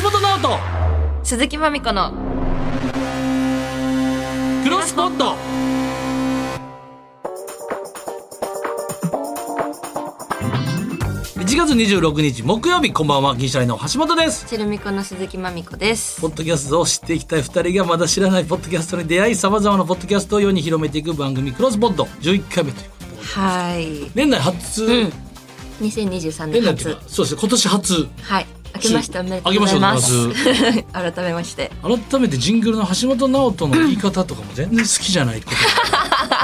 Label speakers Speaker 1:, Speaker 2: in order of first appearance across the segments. Speaker 1: 橋本直人
Speaker 2: 鈴木まみこの
Speaker 1: クロスポット1月26日木曜日こんばんは銀シャリの橋本です
Speaker 2: チェルミコの鈴木まみこです
Speaker 1: ポッドキャストを知っていきたい2人がまだ知らないポッドキャストに出会いさまざまなポッドキャストを世に広めていく番組「クロスポッド」11回目ということで
Speaker 2: はい
Speaker 1: 年内初、
Speaker 2: うん2023
Speaker 1: 年内っ
Speaker 2: 年
Speaker 1: てい
Speaker 2: 初
Speaker 1: うかそうですね今年初
Speaker 2: はい明けましておめでと
Speaker 1: 明
Speaker 2: う
Speaker 1: け
Speaker 2: ご
Speaker 1: ましておめでと
Speaker 2: ざいま
Speaker 1: う
Speaker 2: す
Speaker 1: ござい
Speaker 2: 改めまして
Speaker 1: 改めてジングルの橋本直人の言い方とかも全然好きじゃない ことが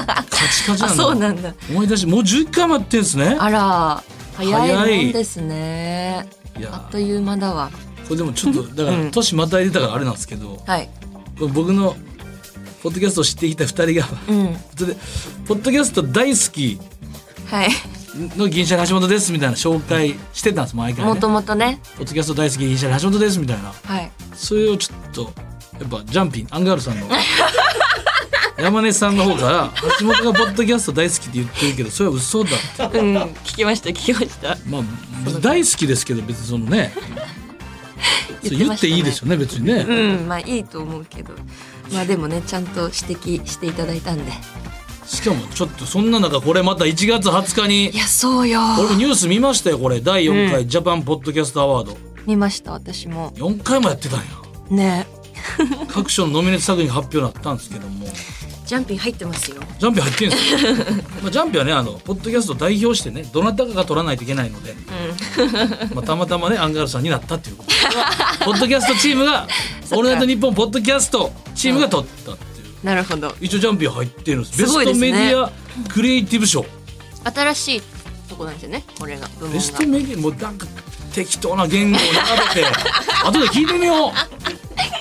Speaker 1: カチカチな
Speaker 2: あ
Speaker 1: んだ
Speaker 2: そうなんだ
Speaker 1: 思い出しもう11回もやってんですね
Speaker 2: あら
Speaker 1: 早
Speaker 2: 早
Speaker 1: い
Speaker 2: いもんですね
Speaker 1: いやー
Speaker 2: あっという間だわ
Speaker 1: これでもちょっとだから年またいでたからあれなんですけど、
Speaker 2: はい
Speaker 1: これ僕のポッドキャストを知ってきた2人が
Speaker 2: うん
Speaker 1: それで「ポッドキャスト大好き
Speaker 2: はい
Speaker 1: の銀シャリ橋本です」みたいな紹介してたんです毎回、ね
Speaker 2: もともとね
Speaker 1: ポッドキャスト大好き銀シャリ橋本です」みたいな
Speaker 2: はい
Speaker 1: それをちょっとやっぱジャンピンアンガールズ さんの山根さんの方から橋本がポッドキャスト大好きって言ってるけどそれは嘘だって
Speaker 2: うん聞きました聞きました
Speaker 1: まあ大好きですけど別にそのねそれ
Speaker 2: 言って
Speaker 1: 言
Speaker 2: ま
Speaker 1: っ
Speaker 2: した
Speaker 1: て
Speaker 2: ね
Speaker 1: いいですよね別にね、
Speaker 2: うんまあいいと思うけどまあでもねちゃんと指摘していただいたんで
Speaker 1: しかもちょっとそんな中これまた1月20日に
Speaker 2: いやそうよ
Speaker 1: 俺もニュース見ましたよこれ第4回ジャパンポッドキャストアワード
Speaker 2: 見ました私も
Speaker 1: 4回もやってたんや
Speaker 2: ね
Speaker 1: 各賞のノミネート作品が発表になったんですけども
Speaker 2: ジャンピン入ってますよ
Speaker 1: ジャンピ入ってんですよ、 まあ、ジャンピはねあのポッドキャストを代表してねどなたかが取らないといけないので、まあ、たまたまねアンガールズさんになったっていう ことこれはポッドキャストチームが「
Speaker 2: っか
Speaker 1: オールナイトニッポン」ポッドキャストチームが取ったっていう
Speaker 2: なるほど
Speaker 1: 一応ジャンピ入ってるんです
Speaker 2: すごい
Speaker 1: ベ
Speaker 2: で
Speaker 1: ストメ
Speaker 2: すね
Speaker 1: ディアクリエイティブ賞
Speaker 2: 新しいとこなんですよねこれが部門
Speaker 1: ベ
Speaker 2: が
Speaker 1: ストメディアもうなんか適当な言語を並べ て後で聞いてみよう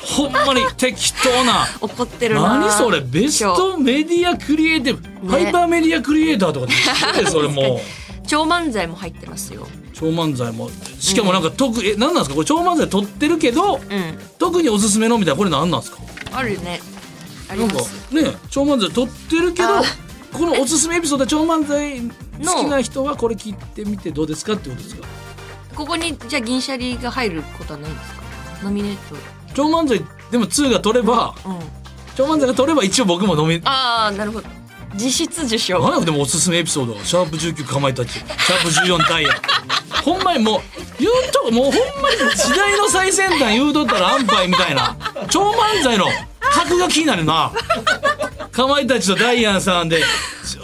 Speaker 1: ほんまに適当な
Speaker 2: 怒ってるな
Speaker 1: 何それベストメディアクリエイティブ、ハイパーメディアクリエイターとかって知ってるそれもう
Speaker 2: 超漫才も入ってますよ
Speaker 1: 超漫才もしかもなんか特、え何なんですかこれ超漫才撮ってるけど
Speaker 2: うん
Speaker 1: 特におすすめのみたいなこれ何なんですか
Speaker 2: あるねあ
Speaker 1: な
Speaker 2: り
Speaker 1: ん
Speaker 2: ま
Speaker 1: か
Speaker 2: す
Speaker 1: ね超漫才撮ってるけど
Speaker 2: あ
Speaker 1: このおすすめエピソードで超漫才
Speaker 2: の
Speaker 1: 好きな人はこれ聞いてみてどうですかってことですか
Speaker 2: ここにじゃあ銀シャリが入ることはないんですかノミネー
Speaker 1: 超漫才でも2が取れば、
Speaker 2: トうん
Speaker 1: 超漫才が取れば一応僕も飲み
Speaker 2: ああなるほど実質受賞
Speaker 1: 何でもおすすめエピソードシャープ19かまいたちシャープ14ダイヤ ほんまにもう言うともうほんまに時代の最先端言うとったら安牌みたいな超漫才の格が気になるなかまいたちとダイアンさんで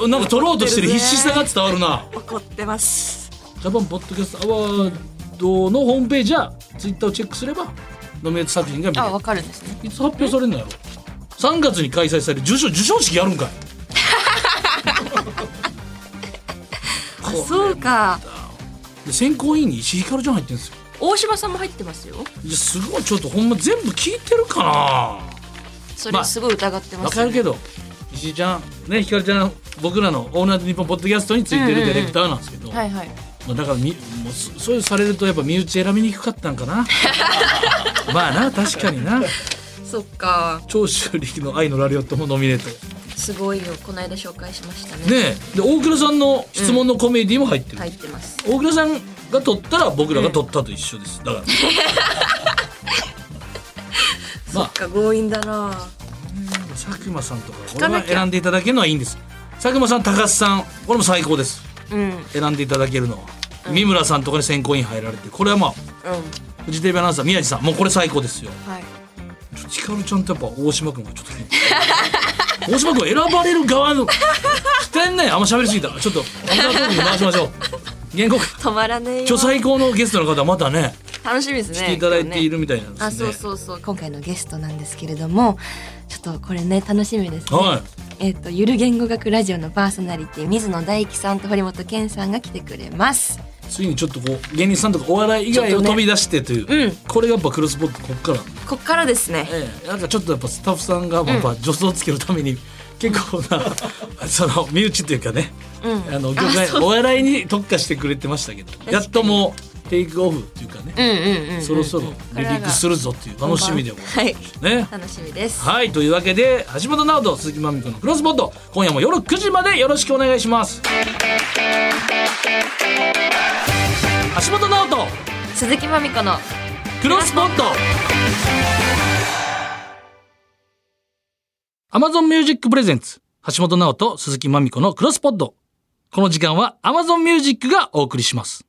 Speaker 1: なんか取ろうとしてる必死さが伝わるな
Speaker 2: 怒ってます
Speaker 1: ジャパンポッドキャストアワードのホームページやツイッターをチェックすればノミネート作品が見れ
Speaker 2: あ
Speaker 1: る
Speaker 2: わかるんですね
Speaker 1: いつ発表されるんだろう3月に開催される授賞授賞式やるんかい こ
Speaker 2: あ
Speaker 1: れ
Speaker 2: そうか
Speaker 1: で選考委員に石井ひかるちゃん入ってるんですよ
Speaker 2: 大島さんも入ってますよ
Speaker 1: いやすごいちょっとほんま全部聞いてるか
Speaker 2: そ
Speaker 1: まあ
Speaker 2: れすごい疑って
Speaker 1: な
Speaker 2: ま
Speaker 1: わ
Speaker 2: す、
Speaker 1: かるけど石井ちゃんねひかるちゃん僕らの「オールナイトニッポン」ポッドキャストについてるディレクターなんですけど、
Speaker 2: はいはい
Speaker 1: まあ、だからみもうそそういうされるとやっぱ身内選びにくかったんか なまあな確かにな
Speaker 2: そっか
Speaker 1: 長州力の「愛のラリオット」もノミネート
Speaker 2: すごいよこの間紹介しましたね
Speaker 1: ねえで大倉さんの質問のコメディも入ってる、
Speaker 2: 入ってます
Speaker 1: 大倉さんが取ったら僕らが取ったと一緒ですだから まあ
Speaker 2: そっか強引だな
Speaker 1: 佐久間さんとかこ
Speaker 2: か
Speaker 1: れ
Speaker 2: な
Speaker 1: は
Speaker 2: きゃ
Speaker 1: 選んでいただけるのはいいんです佐久間さん高須さんこれも最高です
Speaker 2: うんう
Speaker 1: 選
Speaker 2: ん
Speaker 1: んでいただけるのは、三村さんとかに選考委員入られてこれはまあフジテレビアナウンサー宮地さんもうこれ最高ですよ
Speaker 2: はい
Speaker 1: ちょっとヒカルちゃんとやっぱ大島君がちょっと気に 大島君選ばれる側のしてんねあんま喋りすぎたちょっとアナウンサー君に回しましょう原告
Speaker 2: 止まらねえ
Speaker 1: 今
Speaker 2: よ
Speaker 1: 日最高のゲストの方またね
Speaker 2: 楽しみですね
Speaker 1: 来ていただい
Speaker 2: 今
Speaker 1: て
Speaker 2: 日ね
Speaker 1: いるみたいなんですね
Speaker 2: あそうそうそう今回のゲストなんですけれどもちょっとこれね楽しみですね、
Speaker 1: はい
Speaker 2: えっ、とゆる言語学ラジオのパーソナリティ水野大樹さんと堀本健さんが来てくれます
Speaker 1: ついにちょっとこう芸人さんとかお笑い以外を
Speaker 2: ちょっとね
Speaker 1: 飛び出してという
Speaker 2: うん
Speaker 1: これがやっぱクロスポットこっから、
Speaker 2: こっからですね
Speaker 1: ええなんかちょっとやっぱスタッフさんがまあやっぱ助走をつけるために結構な その身内というかね、
Speaker 2: うん
Speaker 1: あの業
Speaker 2: あ
Speaker 1: 界
Speaker 2: そう
Speaker 1: お笑いに特化してくれてましたけど
Speaker 2: に
Speaker 1: やっともうテイクオフというかね、
Speaker 2: うんうんうん、うん、
Speaker 1: そろそろ離陸す
Speaker 2: る
Speaker 1: るぞっていう楽しみでございます
Speaker 2: はい
Speaker 1: ね。
Speaker 2: 楽しみです
Speaker 1: はいというわけで橋本直人鈴木まみこのクロスポット今夜も夜9時までよろしくお願いします橋本直人
Speaker 2: 鈴木まみこの
Speaker 1: クロスポット Amazon Music Presents 橋本直人鈴木まみこのクロスポッドこの時間は Amazon Music がお送りします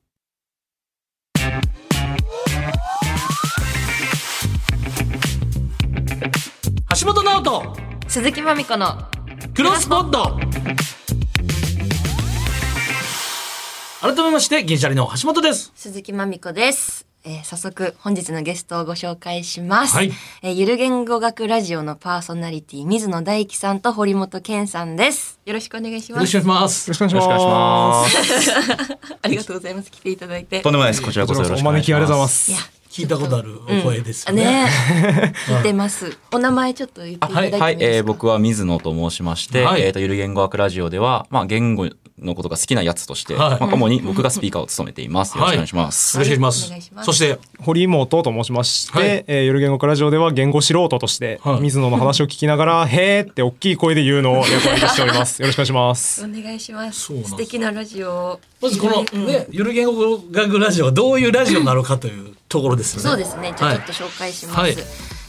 Speaker 1: 橋本直人
Speaker 2: 鈴木まみこの
Speaker 1: クロスポッド改めまして銀シャリの橋本です
Speaker 2: 鈴木まみこです。えー早速本日のゲストをご紹介します。
Speaker 1: はい
Speaker 2: えーゆる言語学ラジオのパーソナリティ水野大樹さんと堀本健さんです。よろしくお願いし
Speaker 1: よ
Speaker 2: ま
Speaker 1: ろし
Speaker 2: す。
Speaker 1: くお願いします
Speaker 3: よろしくお願いします。
Speaker 2: ありがとうございます。来ていただいて。
Speaker 4: とんでもないです。こちらこそよろしくお願いします。
Speaker 2: いや、
Speaker 1: 聞いたことあるお声です
Speaker 2: あ
Speaker 1: よね,、
Speaker 2: ねえ、聞いてます。お名前ちょっと言っていただいても
Speaker 4: はい
Speaker 2: い
Speaker 4: い、
Speaker 2: ですか。
Speaker 4: えー僕は水野と申しまして、
Speaker 1: はい
Speaker 4: えーとゆる言語学ラジオでは、まあ言語のことが好きなやつとして、
Speaker 1: はい
Speaker 4: まあ主に僕がスピーカーを務めています。よろしくお願いします。
Speaker 1: よろしくお願いし
Speaker 2: お願
Speaker 1: ま
Speaker 2: い
Speaker 1: す
Speaker 2: します
Speaker 1: そして
Speaker 3: 堀妹と申しまして、
Speaker 1: はい
Speaker 3: えー夜言語化ラジオでは言語素人として、
Speaker 1: はい
Speaker 3: 水野の話を聞きながら、 へーって大きい声で言うのを役割としており ます。よろしくお願いします。
Speaker 2: お願いします。
Speaker 1: そうなんです
Speaker 2: 素敵なラジオを。
Speaker 1: まずこの、ね、ゆる言語学ラジオはどういうラジオなのかというところですよね。
Speaker 2: そうですね。じゃあ
Speaker 1: はい
Speaker 2: ちょっと紹介します。
Speaker 1: はい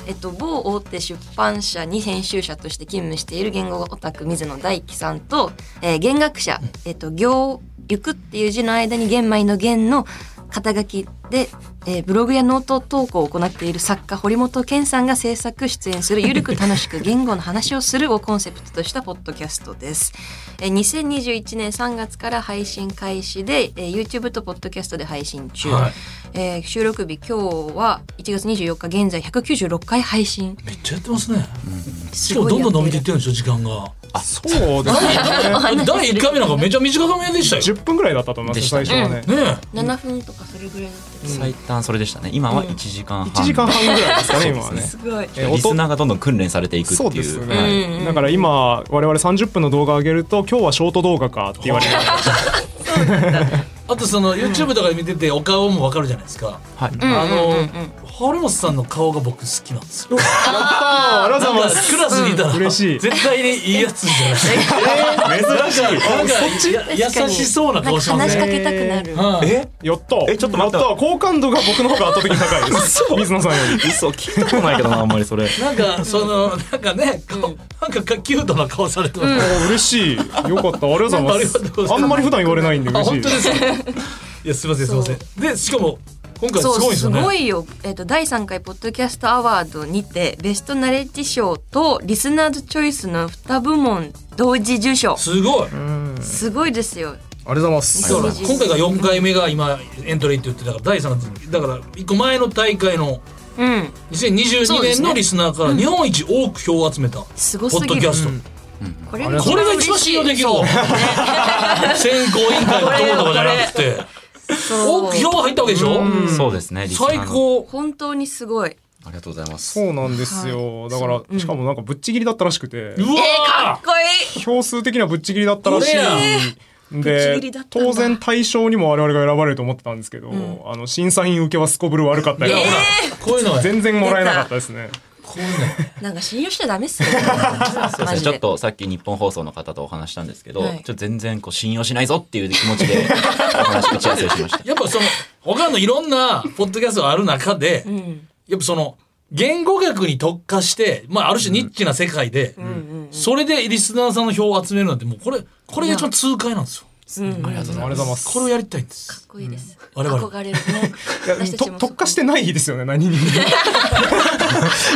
Speaker 2: えっと、某大手出版社に編集者として勤務している言語オタク水野大樹さんと、えー弦楽者、えっと、行、行くっていう字の間に玄米の弦の肩書きで、えーブログやノート投稿を行っている作家堀本健さんが制作出演する「ゆるく楽しく言語の話をする」をコンセプトとしたポッドキャストです。えー2021年3月から配信開始で、えー YouTube とポッドキャストで配信中、
Speaker 1: はい
Speaker 2: えー収録日今日は1月24日現在196回配信
Speaker 1: めっちゃやってますね。し
Speaker 2: す
Speaker 1: かも
Speaker 2: ごい
Speaker 1: どんどん伸びてい
Speaker 2: や
Speaker 1: っ
Speaker 2: って
Speaker 1: るんでしょ時間が。
Speaker 3: あ、そうですね。
Speaker 1: 第一回目なんかめっちゃ短めでしたよ。
Speaker 3: 10分ぐらいだったと思います、
Speaker 4: でした
Speaker 3: 最
Speaker 4: ね
Speaker 3: 初はね。
Speaker 1: ねえ。
Speaker 2: てる7分とかそれぐらいになってる、
Speaker 4: 最短それでしたね。今は1時間半。
Speaker 3: 1時間半ぐらいですかね、今はね。
Speaker 2: すごい
Speaker 3: えー
Speaker 4: リスナーがどんどん訓練されていくってい
Speaker 3: そ
Speaker 4: う。
Speaker 3: うですね、
Speaker 4: はい
Speaker 2: うんうん
Speaker 3: だから今我々30分の動画上げると今日はショート動画かって言われ る
Speaker 1: あとその YouTube とかで見ててお顔もわかるじゃないですか。
Speaker 4: はい。
Speaker 1: あの堀本さんの顔が僕好きなんですよ。
Speaker 3: あありがとうございます
Speaker 1: クラスにいたら
Speaker 3: うん嬉しい
Speaker 1: 絶対にいいやつじゃない。珍しい。なんかや優しそうな
Speaker 2: なん
Speaker 1: 顔
Speaker 2: か
Speaker 1: してま
Speaker 2: 話
Speaker 1: す
Speaker 2: し
Speaker 1: ね。
Speaker 2: かけたくなる、
Speaker 1: はい
Speaker 4: え
Speaker 3: やった
Speaker 4: えちょっと待った
Speaker 3: や好感度が僕の方が圧倒的に高い です水野さんより
Speaker 4: 嘘聞いたことないけどな、あんまりそれ。
Speaker 1: なんかそのなんかね、こうなんかキュートな顔されてます。
Speaker 3: あ嬉しい。よかった。ありがとうございま
Speaker 1: ありがとうござい
Speaker 3: す。
Speaker 1: ま
Speaker 3: あ
Speaker 1: す
Speaker 3: んまり普段言われないんで
Speaker 1: あ
Speaker 3: 嬉し
Speaker 1: 本
Speaker 3: い
Speaker 1: 当
Speaker 3: で。
Speaker 1: ですすか。いやすみませんすみません。でしかも今回す
Speaker 2: そう
Speaker 1: ごいです
Speaker 2: す
Speaker 1: よね。
Speaker 2: ごいよ、えっと第3回ポッドキャストアワードにてベストナレッジ賞とリスナーズチョイスの2部門同時受賞
Speaker 1: すごい。
Speaker 2: すごいですよ
Speaker 3: ありがとうござい
Speaker 1: だ
Speaker 3: ま
Speaker 1: から
Speaker 2: 2020
Speaker 1: 今回が4回目が今エントリーって言ってたから第3だから1個前の大会の
Speaker 2: うんそ
Speaker 1: 2022
Speaker 2: うで
Speaker 1: 年
Speaker 2: すね
Speaker 1: のリスナーから日本一多く票を集めたポ
Speaker 2: すごす
Speaker 1: ッ
Speaker 2: ぎ
Speaker 1: ド
Speaker 2: る
Speaker 1: キャスト
Speaker 2: これ
Speaker 1: これが一番信用できるわ選考委員会がどうとかじゃなくて多
Speaker 2: そう
Speaker 1: く票が入ったわけでしょ
Speaker 4: そうですね。リスナー
Speaker 1: 最
Speaker 4: の。
Speaker 1: 高
Speaker 2: 本当にすごい
Speaker 4: ありがとうございます。
Speaker 3: そうなんですよ。だからしかもなんかぶっちぎりだったらしくて
Speaker 1: う、
Speaker 2: えー、
Speaker 1: わ
Speaker 2: かっこいい
Speaker 3: 票数的にはぶっちぎりだったらし
Speaker 1: これや
Speaker 3: い。
Speaker 2: ぶっちぎ
Speaker 3: で
Speaker 2: りだったんだ
Speaker 3: 当然対象にも我々が選ばれると思ってたんですけど、あの審査員受けはすこぶる悪かった
Speaker 1: い
Speaker 3: り
Speaker 1: やほらこういうのはこ
Speaker 3: 全然もらえなかったですね。
Speaker 1: ういうのは
Speaker 2: なんか信用しちゃダメっす よ
Speaker 4: そう
Speaker 2: マ
Speaker 4: ですね、
Speaker 2: ジ
Speaker 4: ちょ
Speaker 2: で
Speaker 4: っとさっき日本放送の方とお話したんですけど、
Speaker 2: はい
Speaker 4: ちょっと全然こう信用しないぞっていう気持 ちでお話打ち合わせをしました。
Speaker 1: やっぱその他のいろんなポッドキャストがある中で
Speaker 2: ん
Speaker 1: やっぱその言語学に特化して、まあ、ある種ニッチな世界で、それでリスナーさんの票を集めるなんてもうこれこれが一番痛快なんですよ。
Speaker 4: ありがとうござ
Speaker 3: ありがとうご
Speaker 4: いま
Speaker 3: ざい
Speaker 4: す。
Speaker 3: ます。
Speaker 1: これをやりたいんです。
Speaker 2: かっこいいです、
Speaker 1: 我々
Speaker 2: 憧れるね
Speaker 3: いや
Speaker 2: 私たちも
Speaker 3: と特化してないですよね何にも。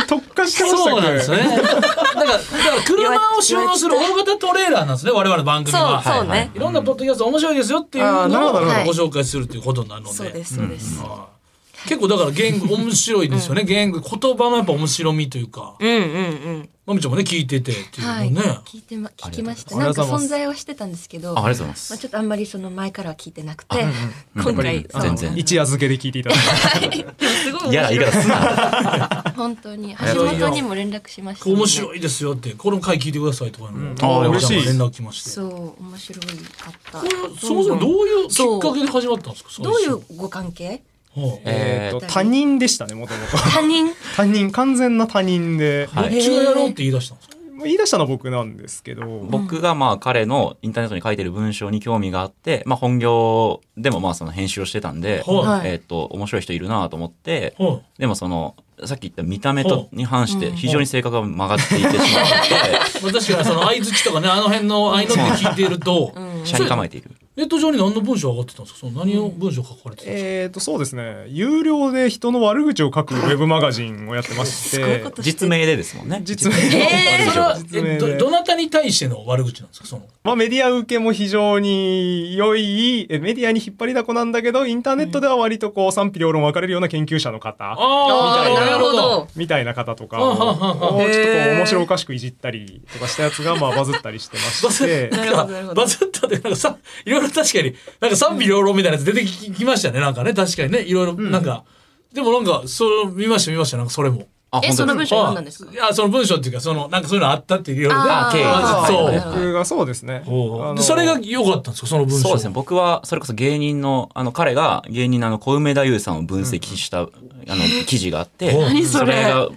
Speaker 3: 特化してました
Speaker 1: そうなんです
Speaker 3: っ
Speaker 1: ね。だから、だから車を収納する大型トレーラーなんですね、我々の番組
Speaker 2: そう
Speaker 1: は。
Speaker 2: そうね、
Speaker 4: はいはい
Speaker 1: いろんなポッドキャスト面白いですよっていう
Speaker 3: あーなる
Speaker 1: のを
Speaker 3: ほど
Speaker 2: なるほ
Speaker 1: ご
Speaker 2: ど
Speaker 1: 紹介するということなの
Speaker 2: そうで
Speaker 1: で。
Speaker 2: すそうです、
Speaker 1: 結構だから言語面白いですよね。言語、言葉のやっぱ面白みというか。
Speaker 2: うんうん
Speaker 1: まみちゃんもね、聞いててっていうの
Speaker 2: はい、
Speaker 1: ね。
Speaker 2: 聞いてま聞きました
Speaker 3: あり
Speaker 2: なん
Speaker 3: が
Speaker 2: か
Speaker 3: とうございます
Speaker 2: 存在はしてたんですけど
Speaker 4: あありがとうございま
Speaker 2: まあ、
Speaker 4: す。
Speaker 2: ちょっとあんまりその前からは聞いてなくて、今
Speaker 4: やっ
Speaker 2: 回
Speaker 4: ぱり全然
Speaker 3: て一夜漬けで聞いていただいて。
Speaker 2: すごい面白い
Speaker 4: 嫌な言い方すな。
Speaker 2: 本当に
Speaker 1: りがとう
Speaker 2: 橋
Speaker 1: ございます
Speaker 2: 本にも連絡しました、
Speaker 1: 面
Speaker 2: い
Speaker 1: 白いですよって、この回聞いてくださいとかにも、
Speaker 3: あー
Speaker 1: 山ちゃんから
Speaker 3: 嬉しい
Speaker 1: 連絡来まして。
Speaker 2: そう面白かった
Speaker 1: これそもそもどういうきっかけで始まったんですか
Speaker 2: どういうご関係
Speaker 1: はあ
Speaker 3: え
Speaker 4: え
Speaker 3: ー
Speaker 4: ー
Speaker 3: と他人でしたねもともと。
Speaker 2: 他人
Speaker 3: 他人完全な他人で、
Speaker 4: はい
Speaker 1: どっちがやろうって言い出したんですか
Speaker 3: まあ言い出したのは僕なんですけど、
Speaker 4: 僕がまあ彼のインターネットに書いてる文章に興味があって、まあ、本業でもまあその編集をしてたんで、
Speaker 1: はい
Speaker 4: えっと面白い人いるなと思って
Speaker 1: ほう
Speaker 4: でもそのさっき言った見た目
Speaker 1: ほ
Speaker 4: とに反して非常に性格が曲がっていてしまって
Speaker 1: まあ確かにその相づちとかねあの辺の合いの手聞いていると
Speaker 2: うん
Speaker 4: 車に構えている。
Speaker 1: ネット上に何の文章上がってたんですかその何を文章書かれてたんですか、
Speaker 3: えっ、とそうですね有料で人の悪口を書くウェブマガジンをやってまし
Speaker 2: すごい
Speaker 3: て
Speaker 2: こと
Speaker 4: 実名でですもんね。
Speaker 3: 実名
Speaker 2: え
Speaker 1: それは
Speaker 3: 実
Speaker 1: え
Speaker 3: 名
Speaker 1: ど
Speaker 3: で
Speaker 1: どなたに対しての悪口なんですかその
Speaker 3: まあ、メディア受けも非常に良いえメディアに引っ張りだこなんだけどインターネットでは割とこう賛否両論分かれるような研究者の方
Speaker 1: あ
Speaker 2: あ
Speaker 1: ー
Speaker 2: ーなるほど。
Speaker 3: みたいな方とか
Speaker 1: あ
Speaker 3: を
Speaker 1: ははは
Speaker 3: をちょっとこ
Speaker 2: へ
Speaker 3: う
Speaker 2: ー
Speaker 3: 面白おかしくいじったりとかしたやつがまあバズったりしてま
Speaker 1: バ
Speaker 3: し
Speaker 1: ズ
Speaker 3: て
Speaker 1: なん
Speaker 2: なる
Speaker 1: か
Speaker 2: ほどなるほど
Speaker 1: バズったってなんかさいろいろ確かになんか賛否両論みたいなやつ出てききましたねなんかね確かにねいろいろなんか、でもなんかそう見ました見ましたなんかそれも。
Speaker 4: あ
Speaker 2: え、その文
Speaker 4: 本当です
Speaker 2: 章何なんですか
Speaker 1: いやその文章っていうかそのなんかそういうのあったっていうよう
Speaker 2: あ
Speaker 1: な
Speaker 2: ー
Speaker 1: 経緯
Speaker 2: あ
Speaker 4: ー
Speaker 1: そう
Speaker 4: はいはいはい
Speaker 3: 僕がそうですね
Speaker 1: ほう
Speaker 3: あの
Speaker 1: でそれが良かったんですかその文章
Speaker 4: そうですね僕はそれこそ芸人のあの彼が芸人のあの小梅太夫さんを分析した、あの記事があって
Speaker 1: お何
Speaker 2: それ
Speaker 4: が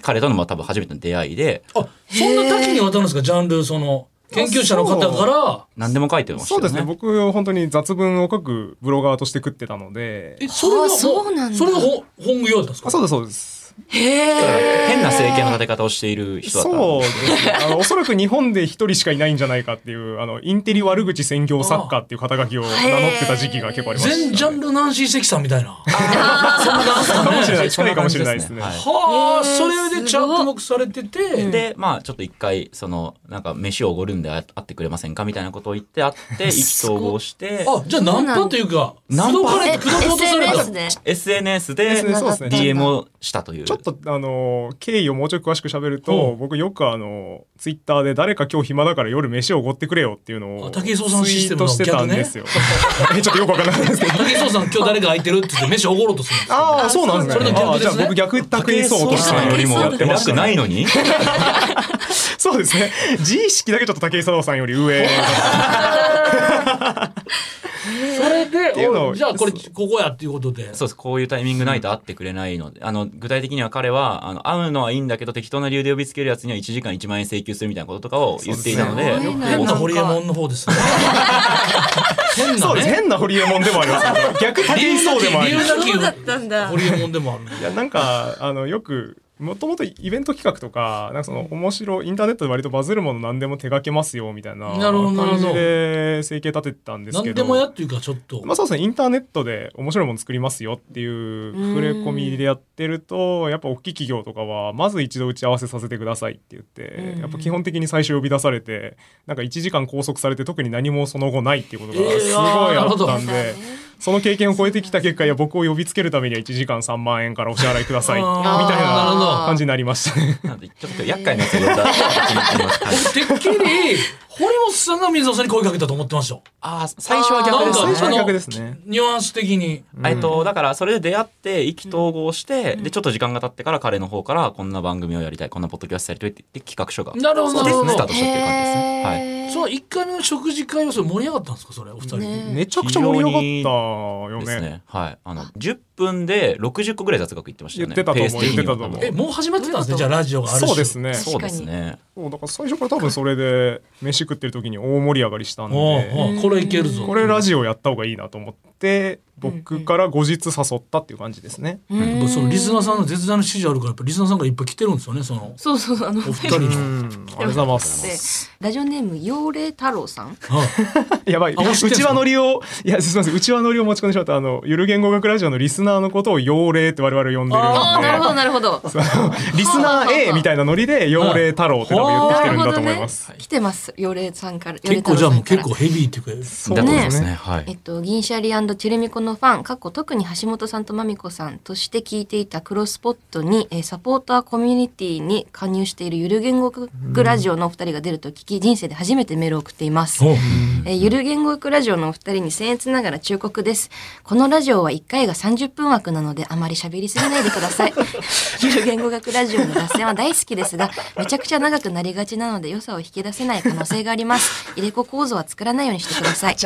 Speaker 4: 彼とのまあ多分初めての出会いで
Speaker 1: あそんな多岐にわたるんですかジャンルその研究者の方から
Speaker 4: 何でも書いてました
Speaker 3: そう
Speaker 4: よね。
Speaker 3: ですね僕本当に雑文を書くブロガーとして食ってたので
Speaker 1: えそれが
Speaker 2: あそうなんだ
Speaker 1: それがほ本業だったんですか
Speaker 3: あそうですそうです
Speaker 4: だから
Speaker 2: へえ。
Speaker 4: 変な政権の立て方をしている人だったんで
Speaker 3: そうですね。 あの、おそらく日本で一人しかいないんじゃないかっていう、あの、インテリ悪口専業作家っていう肩書きを名乗ってた時期が結構ありました。
Speaker 1: 全ジャンルナンシー関さんみたいな
Speaker 3: かもしれ ない。
Speaker 4: そん
Speaker 3: 近いか
Speaker 4: 感
Speaker 3: もし
Speaker 4: じ
Speaker 3: れないですね。
Speaker 4: はい
Speaker 1: はあ
Speaker 2: へー
Speaker 1: それで着目されてて
Speaker 4: で、まあ、ちょっと一回、その、なんか、飯をおごるんで会ってくれませんかみたいなことを言って、会って、意気投合して、
Speaker 1: あじゃあナンパというか
Speaker 4: ナン
Speaker 1: 口説
Speaker 4: パ
Speaker 1: か
Speaker 2: え
Speaker 1: れて口説こうとされた
Speaker 2: SNS で
Speaker 4: SNS
Speaker 3: で
Speaker 4: です
Speaker 3: ね、そうですね。
Speaker 4: DM をしたという。
Speaker 3: ちょっと、あの、経緯をもうちょい詳しく喋る
Speaker 1: ほ
Speaker 3: と
Speaker 1: う、
Speaker 3: 僕よくあの、ツイッターで誰か今日暇だから夜飯をおごってくれよっていうの
Speaker 1: あ
Speaker 3: を、ツイ
Speaker 1: 武井壮さんシステ
Speaker 3: ー
Speaker 1: ムの
Speaker 3: トしてたんで すよ。えちょっとよくわからないですけど。
Speaker 1: 武井壮さん今日誰が空いてるって言って飯おごろうとするんですよ
Speaker 3: ああ、そうなんです
Speaker 1: それ
Speaker 3: ね。
Speaker 1: の逆
Speaker 3: あー
Speaker 1: です
Speaker 3: じ
Speaker 1: ね
Speaker 3: ゃあ僕逆卓
Speaker 4: 武井
Speaker 3: にそう
Speaker 4: 壮
Speaker 3: として
Speaker 4: さんよりも
Speaker 3: やってま
Speaker 4: 偉
Speaker 3: した
Speaker 4: く
Speaker 3: ね
Speaker 4: ないのに
Speaker 3: そうですね。自意識だけちょっと武井壮さんより上だった。
Speaker 1: それで
Speaker 3: ていうのを
Speaker 1: おじゃあこれここやっていうことで
Speaker 4: そうです。こういうタイミングないと会ってくれないので、あの、具体的には彼は、あの、会うのはいいんだけど、適当な理由で呼びつけるやつには1時間1万円請求するみたいなこととかを言っていたので、
Speaker 2: そうですね
Speaker 1: 変なホリエモンの方ですね変
Speaker 3: そ
Speaker 1: な
Speaker 3: うです。
Speaker 1: ね
Speaker 3: 変なホリエモンでもありますけど。逆武井壮でもあり
Speaker 1: 理由
Speaker 3: ま
Speaker 1: だ
Speaker 3: す。
Speaker 1: け
Speaker 2: そうだったんだ
Speaker 1: ホ。リエモンでもある
Speaker 3: いや、なんか、あの、よく、もともとイベント企画とか、なんかその、面白い、インターネットで割とバズるもの何でも手掛けますよ、みたいな
Speaker 1: なるほどなるほ
Speaker 3: 感
Speaker 1: ど
Speaker 3: じで生計立ててたんですけ
Speaker 1: 何
Speaker 3: ど。
Speaker 1: でもやっていうかちょっと
Speaker 3: まあそうですね、インターネットで面白いもの作りますよっていう触れ込みでやってると、やっぱ大きい企業とかは、まず一度打ち合わせさせてくださいって言って、やっぱ基本的に最初呼び出されて、なんか1時間拘束されて特に何もその後ないっていうことがすごいあ
Speaker 2: えーあー
Speaker 3: ったんで、
Speaker 2: なるほど
Speaker 3: その経験を超えてきた結果、いや、僕を呼びつけるためには1時間3万円からお支払いください、みたい
Speaker 1: あー
Speaker 3: な
Speaker 2: あー
Speaker 3: 感じになりましたね。
Speaker 4: なのでちょっと厄介なやつを呼んだ形になりました。
Speaker 1: てっきり堀本さんが水尾さんに声かけたと思ってましたよ
Speaker 4: ああ、最初は逆
Speaker 1: な
Speaker 4: で
Speaker 1: んか
Speaker 4: す
Speaker 1: 最
Speaker 4: ね
Speaker 1: 初は。逆です
Speaker 3: ね。
Speaker 1: ニュアンス的に
Speaker 4: えっと、だからそれで出会って意気投合して、でちょっと時間が経ってから彼の方からこんな番組をやりたいこんなポッドキャストやりたいって言って企画書が
Speaker 1: なるほど
Speaker 4: で
Speaker 1: なるほど
Speaker 4: スタートしたっていう感じですね。はい
Speaker 2: へー
Speaker 1: その1回目の食事会はそれ盛り上がったんですかそれお二人
Speaker 2: ね
Speaker 3: めちゃくちゃ盛り上がったよ
Speaker 4: で
Speaker 3: ね。
Speaker 4: すね。はい。あの、10分で60個ぐらい雑学言ってましたよね。
Speaker 3: 言ってたと思う
Speaker 4: ペース的には
Speaker 3: 言ってたと
Speaker 1: えもう始まってたんですねじゃあラジオがある種
Speaker 3: そうですね。
Speaker 4: そうですね。
Speaker 3: そうだから最初から多分それで飯食ってる時に大盛り上がりしたん
Speaker 1: おうお
Speaker 3: で
Speaker 1: うこれいけるぞ
Speaker 3: これラジオやった方がいいなと思って僕から後日誘ったっていう感じですね。
Speaker 1: やっぱそのリスナーさんの絶大な支持あるからやっぱリスナーさんがいっぱい来てるんですよねその
Speaker 2: そうそう、あの、
Speaker 1: お二人の
Speaker 3: う。ん、ありがとうございます。
Speaker 2: ラジオネーム、妖霊太郎さ
Speaker 1: は
Speaker 2: ん。
Speaker 1: い
Speaker 3: やばい。
Speaker 1: あもう知ってんす
Speaker 3: うち
Speaker 1: か
Speaker 3: わのりを、いや、すみません。うちわのりを持ち込んでしまった、あの、ゆる言語学ラジオのリスナーのことを妖霊って我々呼んでる
Speaker 2: ああ、なるほ
Speaker 3: の
Speaker 2: ど、なるほど。
Speaker 3: で、リスナー A みたいなノリで妖霊太郎って多分言ってき
Speaker 2: な
Speaker 3: てる
Speaker 2: る
Speaker 3: ん
Speaker 2: ほ
Speaker 3: だ
Speaker 2: ど
Speaker 3: と思い
Speaker 2: ね
Speaker 3: ます。。
Speaker 2: 来てます、妖霊さんから。
Speaker 1: 結構じゃあもう結構
Speaker 2: 妖霊太郎さんか
Speaker 1: ヘビーっていうか
Speaker 3: そう
Speaker 4: だ
Speaker 3: です
Speaker 4: と思い
Speaker 3: ね
Speaker 4: ますね。は
Speaker 2: ら。えっ
Speaker 4: い。
Speaker 2: と、銀シャリテレミコのファン、過去特に橋本さんとまみこさんとして聞いていたクロスポットに、えーサポーターコミュニティに加入しているゆる言語学ラジオのお二人が出ると聞き、人生で初めてメールを送っています。
Speaker 1: おう
Speaker 2: えーゆる言語学ラジオのお二人に僭越ながら忠告です。このラジオは1回が30分枠なのであまり喋りすぎないでください。 ゆる言語学ラジオの脱線は大好きですが、めちゃくちゃ長くなりがちなので良さを引き出せない可能性があります。入れ子構造は作らないようにしてください。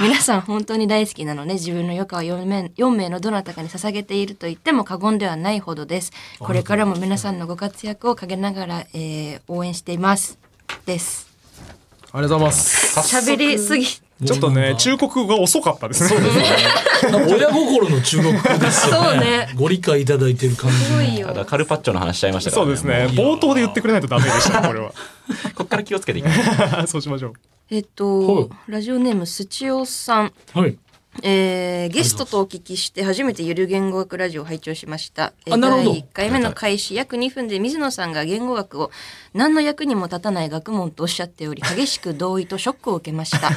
Speaker 2: 皆さん本当に大好きなので自分の余暇を 4, 名4名のどなたかに捧げていると言っても過言ではないほどです。これからも皆さんのご活躍を陰ながら、えー応援しています。です。
Speaker 3: ありがとうございます。
Speaker 2: 喋りすぎ。
Speaker 3: ちょっとね、中国語が遅かったですね。
Speaker 1: なんか親心の中国語ですよ
Speaker 2: そう
Speaker 1: ね
Speaker 2: ね
Speaker 1: ご理解いただいてる感じ
Speaker 2: すごい
Speaker 1: の
Speaker 2: よ
Speaker 4: た。だカルパッチョの話しちゃいましたから
Speaker 3: そうですね。冒頭で言ってくれないとダメでしたね、これは。
Speaker 4: もうこっから気をつけていきましょう
Speaker 3: そうしましょう。
Speaker 2: えっと
Speaker 1: は、
Speaker 2: ラジオネームスチオさん。
Speaker 1: はい
Speaker 2: えーゲストとお聞きして初めてゆる言語学ラジオを拝聴しました。えー
Speaker 1: あなるほど
Speaker 2: 第1回目の開始約2分で水野さんが言語学を何の役にも立たない学問とおっしゃっており激しく同意とショックを受けました。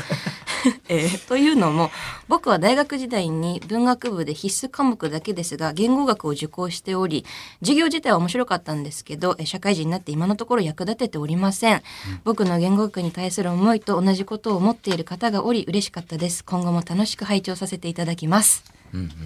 Speaker 2: えーというのも僕は大学時代に文学部で必須科目だけですが言語学を受講しており授業自体は面白かったんですけどえー社会人になって今のところ役立てておりません、僕の言語学に対する思いと同じことを思っている方がおり嬉しかったです今後も楽しく拝聴させていただきます、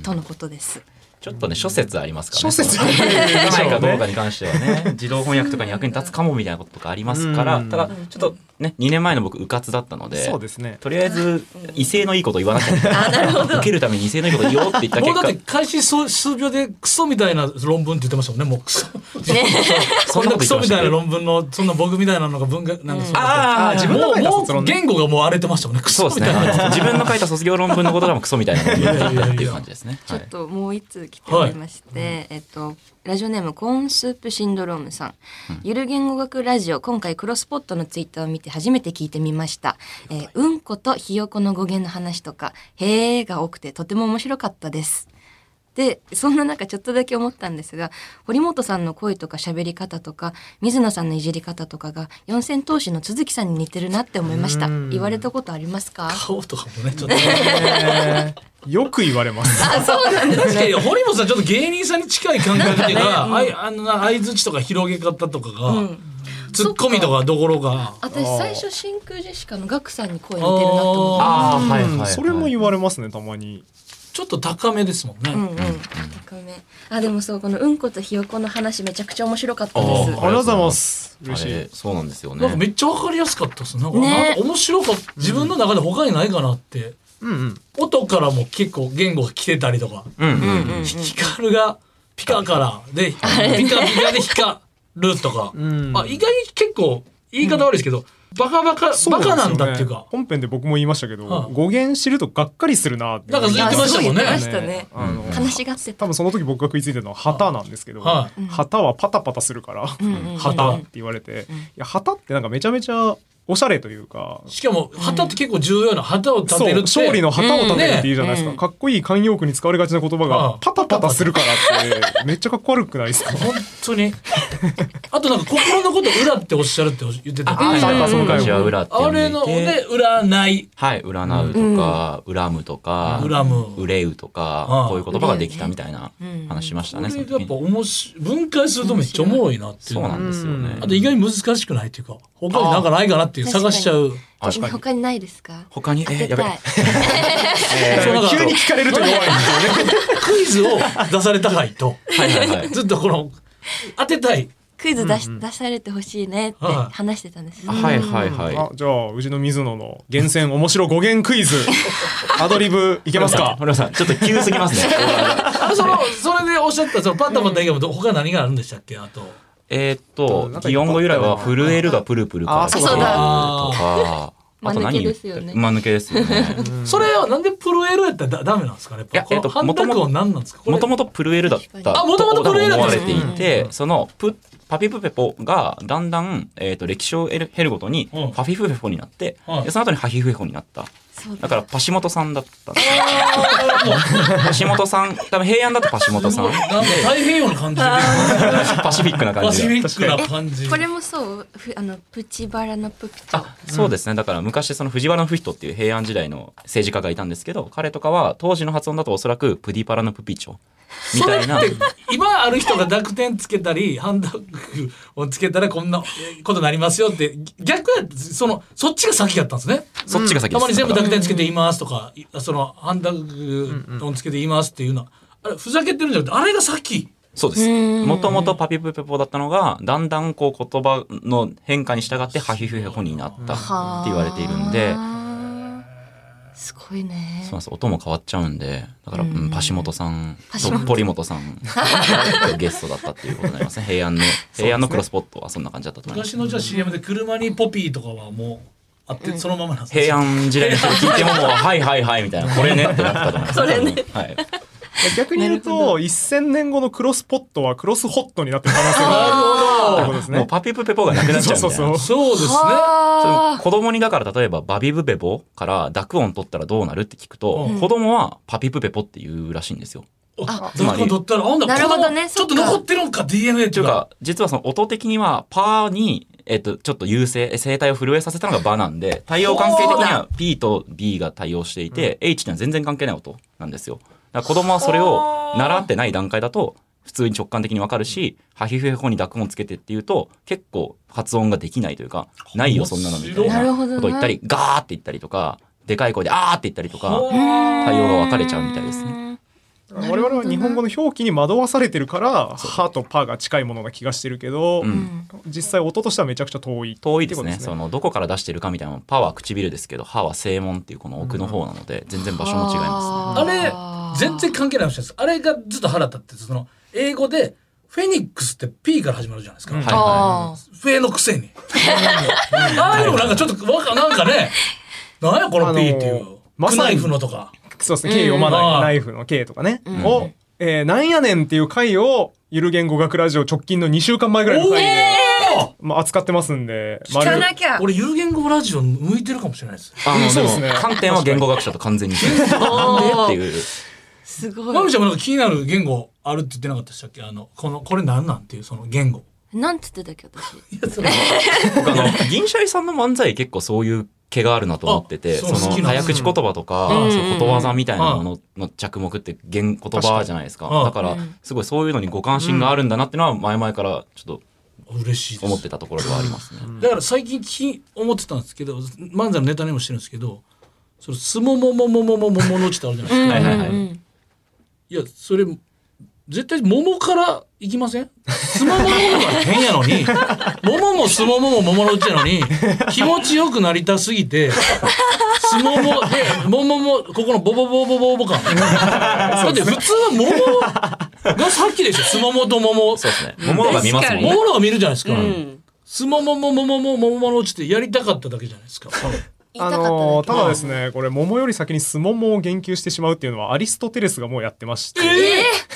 Speaker 2: とのことです
Speaker 4: ちょっとね諸説ありますから
Speaker 3: 諸
Speaker 4: ね
Speaker 3: 説
Speaker 4: その名前かどうかに関しては ね自動翻訳とかに役に立つかもみたいなこととかありますから
Speaker 3: うん
Speaker 4: ただちょっとね2年前の僕うかつだったので
Speaker 3: そうですね。
Speaker 4: とりあえず威勢のいいこと言わなきゃみたいな 受けるために威勢のいいこと言おうって言った
Speaker 1: も
Speaker 4: 結
Speaker 1: うだって
Speaker 4: 果
Speaker 1: 開始数数秒でクソみたいな論文って言ってましたもんねもうクソ そんなクソみたいな論文のそんな僕みたいなのが文学なんかそう
Speaker 4: ああ自分
Speaker 3: 分の書いた
Speaker 1: もうも
Speaker 3: 卒
Speaker 1: う
Speaker 3: 論ね
Speaker 1: 言語がもう荒れてましたもんねク
Speaker 4: そ
Speaker 1: ソ
Speaker 4: うで
Speaker 1: み
Speaker 4: すね
Speaker 1: たいな
Speaker 4: あの自分の書いた卒業論文のことらもクソみたいなこと言ってったっていう感じですね
Speaker 2: ちょ
Speaker 4: は
Speaker 2: っ
Speaker 4: い
Speaker 2: ともう一通来ておりまして、えっとラジオネームコーンスープシンドロームさん、ゆる言語学ラジオ今回クロスポットのツイッターを見て初めて聞いてみました、えーうんことひよこの語源の話とかへーが多くてとても面白かったですでそんな中ちょっとだけ思ったんですが堀本さんの声とか喋り方とか水野さんのいじり方とかが四千頭身の都築さんに似てるなって思いました
Speaker 3: うん
Speaker 2: 言われたことありますか
Speaker 1: 顔とかもねちょっと
Speaker 3: えーよく言われます。
Speaker 2: あそうなんです
Speaker 1: 確かに堀本さんちょっと芸人さんに近い感覚っていうかあいあの相づちとか広げ方とかが、ツッコミとかどころが
Speaker 2: 私
Speaker 3: あー
Speaker 2: 最初真空ジェシカのガクさんに声似てるなと思っ
Speaker 4: ああはいはいはい
Speaker 3: それも言われますね、たまに。
Speaker 1: ちょっと高めですもんね、
Speaker 2: たうんうん高めあでもそうこのうんことひよこの話めちゃくちゃ面白かったで
Speaker 4: あ
Speaker 2: す
Speaker 3: あ
Speaker 4: ー
Speaker 3: りがとうございます。嬉
Speaker 4: あ
Speaker 3: しい
Speaker 4: れ。そうなんですよ
Speaker 1: なんかめ
Speaker 4: ね
Speaker 1: っちゃわかりやすかったですなんか
Speaker 2: ね
Speaker 1: なんか面白かった自分の中で他にないかなって
Speaker 3: うんうん。
Speaker 1: 音からも結構言語が来てたりとか、
Speaker 4: うんうんうん
Speaker 1: ヒカルがピカからでピカピカでヒカルとか、
Speaker 3: ん
Speaker 1: あ意外に結構言い方悪いですけど、バカバカ、
Speaker 3: そう
Speaker 1: バ
Speaker 3: ですよ
Speaker 1: カな
Speaker 3: ね
Speaker 1: んだっていうか
Speaker 3: 本編で僕も言いましたけど、
Speaker 1: はい
Speaker 3: 語源知るとがっかりするなって
Speaker 1: だから言ってましたもんね
Speaker 2: あそう言ってま
Speaker 3: あの
Speaker 2: したね悲しがってた
Speaker 3: 多分その時僕が食いついてたのは旗なんですけど、
Speaker 1: は
Speaker 3: 旗はパタパタするから、
Speaker 2: うん
Speaker 3: 旗って言われて、いや旗ってなんかめちゃめちゃおしゃれというか、
Speaker 1: しかも旗って結構重要な旗を立
Speaker 3: そ
Speaker 1: て
Speaker 3: う
Speaker 1: るって
Speaker 3: 勝利の旗を立てるって言うじゃないですか、
Speaker 2: うん
Speaker 3: かっこいい慣用句に使われがちな言葉
Speaker 1: は
Speaker 3: が
Speaker 1: い
Speaker 3: パタパタするからってめっちゃかっこ悪くないですか
Speaker 1: 本当にあとなんか心のこと裏っておっしゃるって言ってた
Speaker 4: あはいはい
Speaker 3: うん
Speaker 4: 昔は裏って呼
Speaker 1: あ
Speaker 4: んで
Speaker 1: れ
Speaker 4: い
Speaker 1: の
Speaker 4: て
Speaker 1: で占い
Speaker 4: はい、占うとか、恨むとか、
Speaker 1: 恨む
Speaker 4: 憂うとか
Speaker 1: あ、あ
Speaker 4: こういう言葉ができたみたいな話しました
Speaker 1: こ
Speaker 4: ね。
Speaker 1: れ
Speaker 4: そ
Speaker 1: がや
Speaker 4: の
Speaker 1: っ
Speaker 4: 時
Speaker 1: ぱ
Speaker 4: に
Speaker 1: 面白い分解するとめっちゃおもろいなっていう
Speaker 4: そう
Speaker 1: の
Speaker 4: なんですよね
Speaker 1: あ。と意外に難しくないっていうか他になんかないかなっていう
Speaker 2: あー
Speaker 1: 探しちゃう
Speaker 4: あ確かに
Speaker 2: 他にないですか
Speaker 4: 他に、えー、やばい。
Speaker 1: えそうなんか
Speaker 3: 急に聞かれると弱いんですよね
Speaker 1: クイズを出されたがいと
Speaker 4: はいはい はい。
Speaker 1: ずっとこの当てたい
Speaker 2: クイズ出し出されてほしいねって
Speaker 1: はい
Speaker 2: 話してたんです
Speaker 4: あはいはいはい。
Speaker 3: あじゃあうちの水野の厳選面白語源クイズアドリブいけますか
Speaker 4: 村さん、ちょっと急すぎますね。
Speaker 1: あそのそれでおっしゃったそのパタパタ以外も他何があるんでしたっけあと
Speaker 4: えーっと、擬音語由来は震えるがプルプルから
Speaker 3: あそう
Speaker 2: だ
Speaker 4: とか、
Speaker 2: 間
Speaker 4: あと
Speaker 2: 抜け
Speaker 4: 何言
Speaker 2: で
Speaker 4: っ
Speaker 2: すよね
Speaker 4: 間抜けですよね。
Speaker 1: それはなんでプロエルやったらだダメなんですかね
Speaker 4: いや
Speaker 1: こ
Speaker 4: えっ
Speaker 1: の
Speaker 4: と
Speaker 1: 半濁音何なんですかこれ
Speaker 4: もともとプルエルだった
Speaker 1: あ元々プルエルだ
Speaker 4: 思
Speaker 1: ったん
Speaker 4: わ
Speaker 1: で
Speaker 4: れ
Speaker 1: すね
Speaker 4: ていて、そのプパピプペポがだんだん、えー、と歴史を経るごとに
Speaker 1: うん
Speaker 4: パフィフペポになって、
Speaker 1: はい
Speaker 4: でその後にハヒフペポになった。
Speaker 2: そう
Speaker 4: だからパシモトさんだったんですね。 パシモトさん、多分平安だとパシモトさん。
Speaker 1: なんか太平洋の感じで
Speaker 4: パシフィックな感
Speaker 1: パ
Speaker 4: じ
Speaker 1: シフ
Speaker 4: で。
Speaker 1: ィックな感じ
Speaker 2: これもそうふあのプチバラのプピチョ
Speaker 4: あそうですね、だから昔その藤原のフヒトっていう平安時代の政治家がいたんですけど彼とかは当時の発音だとおそらくプディパラのプピチョみたいな
Speaker 1: 今ある人が濁点つけたりハンダックをつけたらこんなことになりますよって逆やそのそっちが先やったんですね。
Speaker 4: そっちが先
Speaker 1: た
Speaker 4: です
Speaker 1: まに全部濁点つけて言いますとか、いそのハンダックをつけて言いますっていうのは、あれふざけてるんじゃなくてあれが先。
Speaker 4: そうです。もともとパピプペポだったのが、だんだんこう言葉の変化に従ってハヒフヘホになったって言われているんで、
Speaker 2: あーすごいね
Speaker 4: そうなんです音も変わっちゃうんでだから、
Speaker 2: う
Speaker 4: うんん、パシモトさん
Speaker 2: パシ
Speaker 4: と
Speaker 2: モト
Speaker 4: ポリモトさんゲストだったっていうことになりますね平 安の平安のクロスポットはそんな感じだったと思います
Speaker 1: 昔のじゃあ CM で車にポピーとかはもうあってそのままなんですか
Speaker 4: 平安時代の人聞いてももう「はいはいはい」みたいな「これ ね」ってなったと思います
Speaker 2: これね
Speaker 4: はい、
Speaker 3: 逆に言う
Speaker 2: なるほ
Speaker 3: と1000年後のクロスポットはクロスホットになってる可能性があるってことです
Speaker 4: もう
Speaker 3: ね。
Speaker 4: パピプペポがなくなっちゃうんで
Speaker 3: そうそうそ
Speaker 1: そうですね
Speaker 4: その
Speaker 2: は
Speaker 4: 子供にだから例えばバビブベボから濁音取ったらどうなるって聞くと、
Speaker 1: うん
Speaker 4: 子供はパピプペポって言うらしいんですよ。
Speaker 1: あ
Speaker 4: つまり
Speaker 1: どっか取ったらあんだ
Speaker 2: なるほどね
Speaker 1: 子供ちょっと
Speaker 2: そっか
Speaker 1: 残ってるんか DNA
Speaker 4: とい
Speaker 1: と
Speaker 4: う
Speaker 1: か
Speaker 4: か実はその音的にはパーに、えっと、ちょっと優勢声帯を震えさせたのがバなんで対応関係的には P と B が対応していて、H っていうのは全然関係ない音なんですよ。だから子供はそれを習ってない段階だと普通に直感的にわかるし、ハヒフヘホに濁音つけてっていうと結構発音ができないというかないよそんなのみたい
Speaker 2: なる
Speaker 4: な
Speaker 2: ほ
Speaker 4: こ
Speaker 2: ど
Speaker 4: と
Speaker 2: ね
Speaker 4: を言ったり、ガーって言ったりとかでかい声であーって言ったりとか。
Speaker 1: ほう
Speaker 4: 対応が分かれちゃうみたいです
Speaker 2: ね
Speaker 3: 我々は日本語の表記に惑わされてるから「歯」と「パ」が近いものな気がしてるけど、
Speaker 4: うん
Speaker 3: 実際音としてはめちゃくちゃ遠い
Speaker 4: 遠いですね
Speaker 3: ってこと
Speaker 4: そのどこから出してるかみたいなパは唇ですけど歯は正門っていうこの奥の方なので、全然場所も違いますね
Speaker 1: あれ全然関係ない話ですあれがずっと腹立ってその英語でフェニックスって P から始まるじゃないですか、
Speaker 3: うん
Speaker 4: はいは
Speaker 2: あ
Speaker 1: フェのくせにああいうのなんかちょっとわかなんかねなんやこの P ってい
Speaker 3: あ
Speaker 1: う
Speaker 3: のま
Speaker 1: ク
Speaker 3: さ
Speaker 1: ナイ
Speaker 3: に
Speaker 1: フのとか
Speaker 3: そうですね「K」読ま
Speaker 1: うん
Speaker 3: ない「ナイフ」の「K」とかね、
Speaker 2: ん
Speaker 3: を、えーなんやねん」っていう回を「ゆる言語学ラジオ」直近の2週間前ぐらいの回で、
Speaker 1: お
Speaker 3: まあ、扱ってますんで
Speaker 2: 聞かな
Speaker 3: 丸
Speaker 2: きゃ
Speaker 1: ー俺有言語ラジオ向いてるかもしれないです
Speaker 4: あの
Speaker 3: うん
Speaker 4: で
Speaker 3: そう
Speaker 4: も
Speaker 3: ですね
Speaker 4: 観点は言語学者と完全に一緒ですなんでっていう
Speaker 2: す
Speaker 1: ま
Speaker 2: ご
Speaker 1: み
Speaker 2: い
Speaker 1: ちゃんもなんか気になる言語あるって言ってなかったでしたっけあのこのこれなんなんっていうその言語
Speaker 2: なんつってたっけ私
Speaker 1: いやそれ
Speaker 4: 僕あの銀シャリさんの漫才結構そういう毛があるなと思ってて
Speaker 1: あそ
Speaker 4: そう
Speaker 1: 好きな
Speaker 4: の
Speaker 1: ん
Speaker 4: 早
Speaker 1: です
Speaker 4: 口言葉とか、
Speaker 2: うん
Speaker 4: そうことわざみたいなものの着目って言言葉じゃないですか
Speaker 1: 確かに
Speaker 4: だからすごいそういうのにご関心があるんだなっていうのは前々からちょっ
Speaker 1: 嬉しいです
Speaker 4: と思ってたところではありますね。
Speaker 1: だから最近き思ってたんですけど漫才のネタにもしてるんですけどそのすもももももももものうちってあるじゃないですか、
Speaker 4: はいはいはい
Speaker 2: うん
Speaker 1: いやそれ絶対桃からいきませんすももの方が変やのに桃もすももも桃のうちやのに気持ちよくなりたすぎてすももで桃もここのボボボボボボボ感だって普通は桃がさっきでしょすももと桃
Speaker 4: そうですね。桃の方が見ますもん
Speaker 2: 確
Speaker 4: ね。
Speaker 1: 桃のは見るじゃないですか、
Speaker 2: うん
Speaker 1: すもももももももものうちってやりたかっただけじゃないですか
Speaker 2: 言い
Speaker 3: あ
Speaker 2: たかっただけ
Speaker 3: のーただですねこれ桃より先にスモモを言及してしまうっていうのはアリストテレスがもうやってまして、
Speaker 1: どういうことですかそれは
Speaker 2: どういう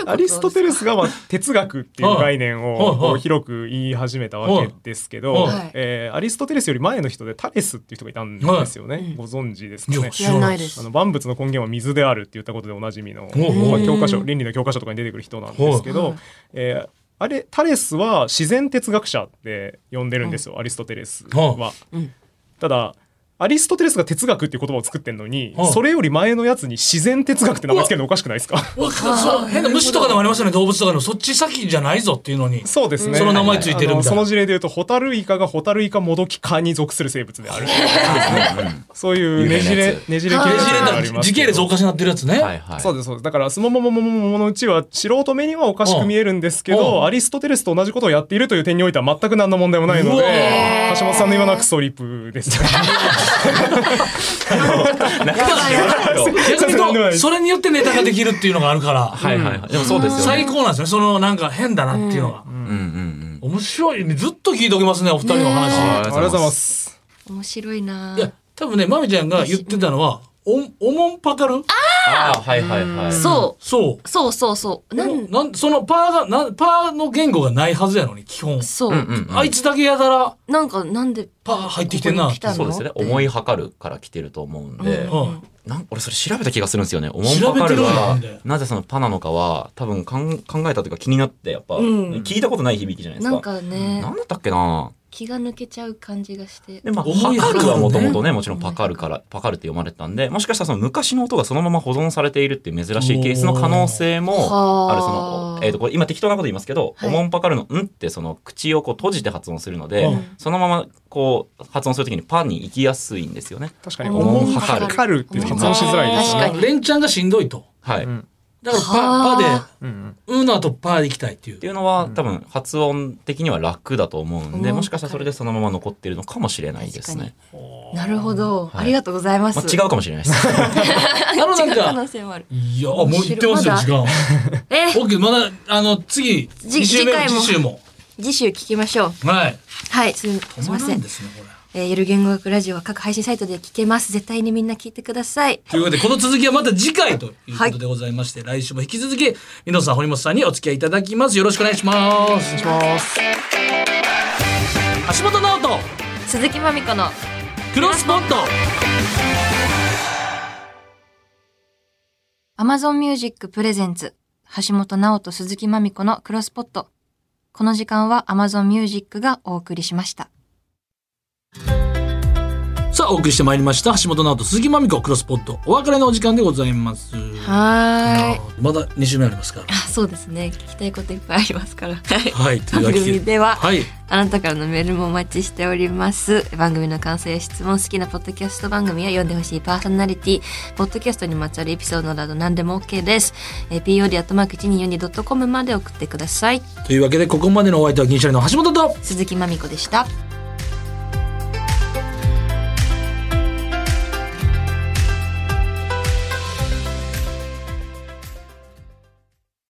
Speaker 2: こと、
Speaker 3: アリストテレスがまあ哲学っていう概念を
Speaker 1: はいはいはい
Speaker 3: こう広く言い始めたわけですけど
Speaker 1: はい
Speaker 3: えーアリストテレスより前の人でタレスっていう人がいたんですよね、
Speaker 2: いうん
Speaker 3: ご存知です
Speaker 1: い
Speaker 3: か
Speaker 1: や
Speaker 3: ね。
Speaker 1: 知
Speaker 2: や
Speaker 1: ら
Speaker 2: んな
Speaker 1: ない
Speaker 2: い
Speaker 1: で
Speaker 2: ですす
Speaker 3: あの万物の根源は水であるって言ったことでおなじみの、
Speaker 1: おう
Speaker 3: まあ、教科書
Speaker 2: うん
Speaker 3: 倫理の教科書とかに出てくる人なん
Speaker 1: は
Speaker 3: で
Speaker 1: い
Speaker 3: すけど、えーあれタレスは自然哲学者って呼んでるんですよ、アリストテレスは。
Speaker 1: は
Speaker 2: うん
Speaker 3: ただアリストテレスが哲学っていう言葉を作ってんのに、
Speaker 1: はい
Speaker 3: それより前のやつに自然哲学って名前つけるのおかしくないですか
Speaker 1: わかその変な虫とかでもありますよね動物とかでもそっち先じゃないぞっていうのに
Speaker 3: そうですね
Speaker 1: その名前ついてるみ
Speaker 3: あの
Speaker 1: たい
Speaker 3: そ
Speaker 1: な
Speaker 3: の事例で言うとホタルイカがホタルイカもどき科に属する生物であるそういうねじ
Speaker 4: 有名な
Speaker 3: れ
Speaker 4: やつ
Speaker 3: ねじれ系の
Speaker 1: ね
Speaker 3: やつ
Speaker 1: じれ
Speaker 3: があ
Speaker 1: た
Speaker 3: りますけど
Speaker 1: 時系列おかしなってるやつね、
Speaker 4: はいはい。
Speaker 3: そうですそうですだからスモモモモモモモのうちは素人目にはおかしく見えるんですけ
Speaker 1: うんうん
Speaker 3: どアリストテレスと同じことをやっているという点においては全く何の問題もないの
Speaker 1: う
Speaker 3: で
Speaker 1: わー
Speaker 3: 橋本さんの今のはクソリプですね
Speaker 1: 逆に言うとそれによってネタができるっていうのがあるから、
Speaker 4: はいはいはい。でもそうですよ
Speaker 1: 最
Speaker 4: ね。
Speaker 1: 高なんですねそのなんか変だなっていうのが、
Speaker 4: うんうんうん。
Speaker 1: 面白いねずっと聞いておきますねお二人の話、
Speaker 4: あ
Speaker 3: あり
Speaker 4: り
Speaker 3: がと
Speaker 4: がと
Speaker 3: う
Speaker 4: う
Speaker 3: ご
Speaker 4: ご
Speaker 3: ざ
Speaker 4: ざ
Speaker 3: い
Speaker 4: い
Speaker 3: ま
Speaker 4: ます
Speaker 2: 面白いない
Speaker 1: や多分ねまみちゃんが言ってたのはおおもんぱかる
Speaker 4: ああ、はいはいはい。
Speaker 2: そ
Speaker 1: そう
Speaker 2: そうそうそう
Speaker 1: う
Speaker 2: な
Speaker 1: なんんなんそのパーがなんパーの言語がないはずやのに基本、
Speaker 2: そう、
Speaker 4: うんうんうん
Speaker 1: あいつだけやたら
Speaker 2: なんかなんで
Speaker 1: パー入ってきてんな
Speaker 2: ここに来たの
Speaker 4: そうですよね。思いはかるから来てると思うんで、
Speaker 1: うん
Speaker 4: なん俺それ調べた気がするんですよね。おもん
Speaker 1: 調
Speaker 4: ぱ
Speaker 1: べ
Speaker 4: か
Speaker 1: てる
Speaker 4: る
Speaker 1: んだな
Speaker 4: は
Speaker 1: んで
Speaker 4: なぜそのパなのかは、多分かん考えたというか気になって、やっぱ、
Speaker 2: うん
Speaker 4: 聞いたことない響きじゃないです
Speaker 2: な
Speaker 4: か。
Speaker 2: んかね
Speaker 4: なんだったっけな
Speaker 2: 気が抜けちゃう感じがして
Speaker 4: で、まあ、
Speaker 1: 思いは
Speaker 4: パ
Speaker 1: か
Speaker 4: カ
Speaker 1: る
Speaker 4: ルはもともと
Speaker 1: ね
Speaker 4: ね、もちろんパカルから、パカルって読まれてたんで、もしかしたらその昔の音がそのまま保存されているっていう珍しいケースの可能性
Speaker 2: おー
Speaker 4: もある、その、えっ、と、これ今適当なこと言いますけど、
Speaker 2: はい
Speaker 4: おもんぱかるの、んってその口をこう閉じて発音するので、
Speaker 1: うん
Speaker 4: そのままこう発音するときにパに行きやすいんですよね。
Speaker 3: 確かに
Speaker 2: お
Speaker 3: お
Speaker 2: も
Speaker 3: も
Speaker 2: ん
Speaker 3: ん
Speaker 2: ぱかる
Speaker 3: はかるって発音しづらいです
Speaker 2: 確かに
Speaker 1: レンちゃんがしんどいと
Speaker 4: はい。
Speaker 3: うん
Speaker 1: だからパ、
Speaker 2: は
Speaker 1: パで
Speaker 2: あ、
Speaker 3: うんうん
Speaker 1: うなとパでいきたいってい
Speaker 4: っ
Speaker 1: う
Speaker 4: て。いうのは、多分発音的には楽だと思うん
Speaker 2: う
Speaker 4: で
Speaker 2: ん
Speaker 4: もしかしたらそれでそのまま残ってるのかもしれないですね。
Speaker 2: なるほど、
Speaker 4: は
Speaker 2: あ
Speaker 4: い
Speaker 2: りがとうございます。
Speaker 4: まあ、違うかもしれないです。
Speaker 1: あのなん
Speaker 2: 違う可
Speaker 1: か
Speaker 2: 能、性もある。
Speaker 1: いや、あもう言ってますよ、
Speaker 2: まだ
Speaker 1: 時間。
Speaker 2: え ー、
Speaker 1: OK、まだ、あの、次、
Speaker 2: じ
Speaker 1: 2週目
Speaker 2: 次回も
Speaker 1: 次週も。
Speaker 2: 次週聞きましょう。
Speaker 1: はい。
Speaker 2: はい、すみす
Speaker 1: 止
Speaker 2: み
Speaker 1: ま
Speaker 2: ま
Speaker 1: ら
Speaker 2: せ
Speaker 1: ん
Speaker 2: ん
Speaker 1: で。すね、これ。
Speaker 2: えー、ゆる言語学ラジオは各配信サイトで聞けます。絶対にみんな聞いてください。
Speaker 1: ということで、この続きはまた次回ということでございまして、来週も引き続き、皆さん、堀本さんにお付き合いいただきます。よろしくお願いします。
Speaker 3: お願いします
Speaker 1: 橋本直人、
Speaker 2: 鈴木まみこの
Speaker 1: クロスポット。
Speaker 2: Amazon Music Presents 橋本直人鈴木まみこのクロスポット。この時間は Amazon Music がお送りしました。
Speaker 1: さあ、お送りしてまいりました、橋本直人、鈴木まみこ、クロスポット。お別れのお時間でございます。
Speaker 2: はーい。
Speaker 1: まだ2週目ありますから。
Speaker 2: あ、そうですね。聞きたいこといっぱいありますから。はい
Speaker 1: はい、とい
Speaker 2: 番
Speaker 1: うわけ
Speaker 2: 組
Speaker 1: で。
Speaker 2: では、
Speaker 1: はい。
Speaker 2: あなたからのメールもお待ちしております。番組の感想や質問、好きなポッドキャスト番組や読んでほしいパーソナリティ、ポッドキャストにまつわるエピソードなど何でも OK です。えー、pod.1242.com まで送ってください。
Speaker 1: というわけで、ここまでのお相手は銀シャリの橋本と、
Speaker 2: 鈴木まみこでした。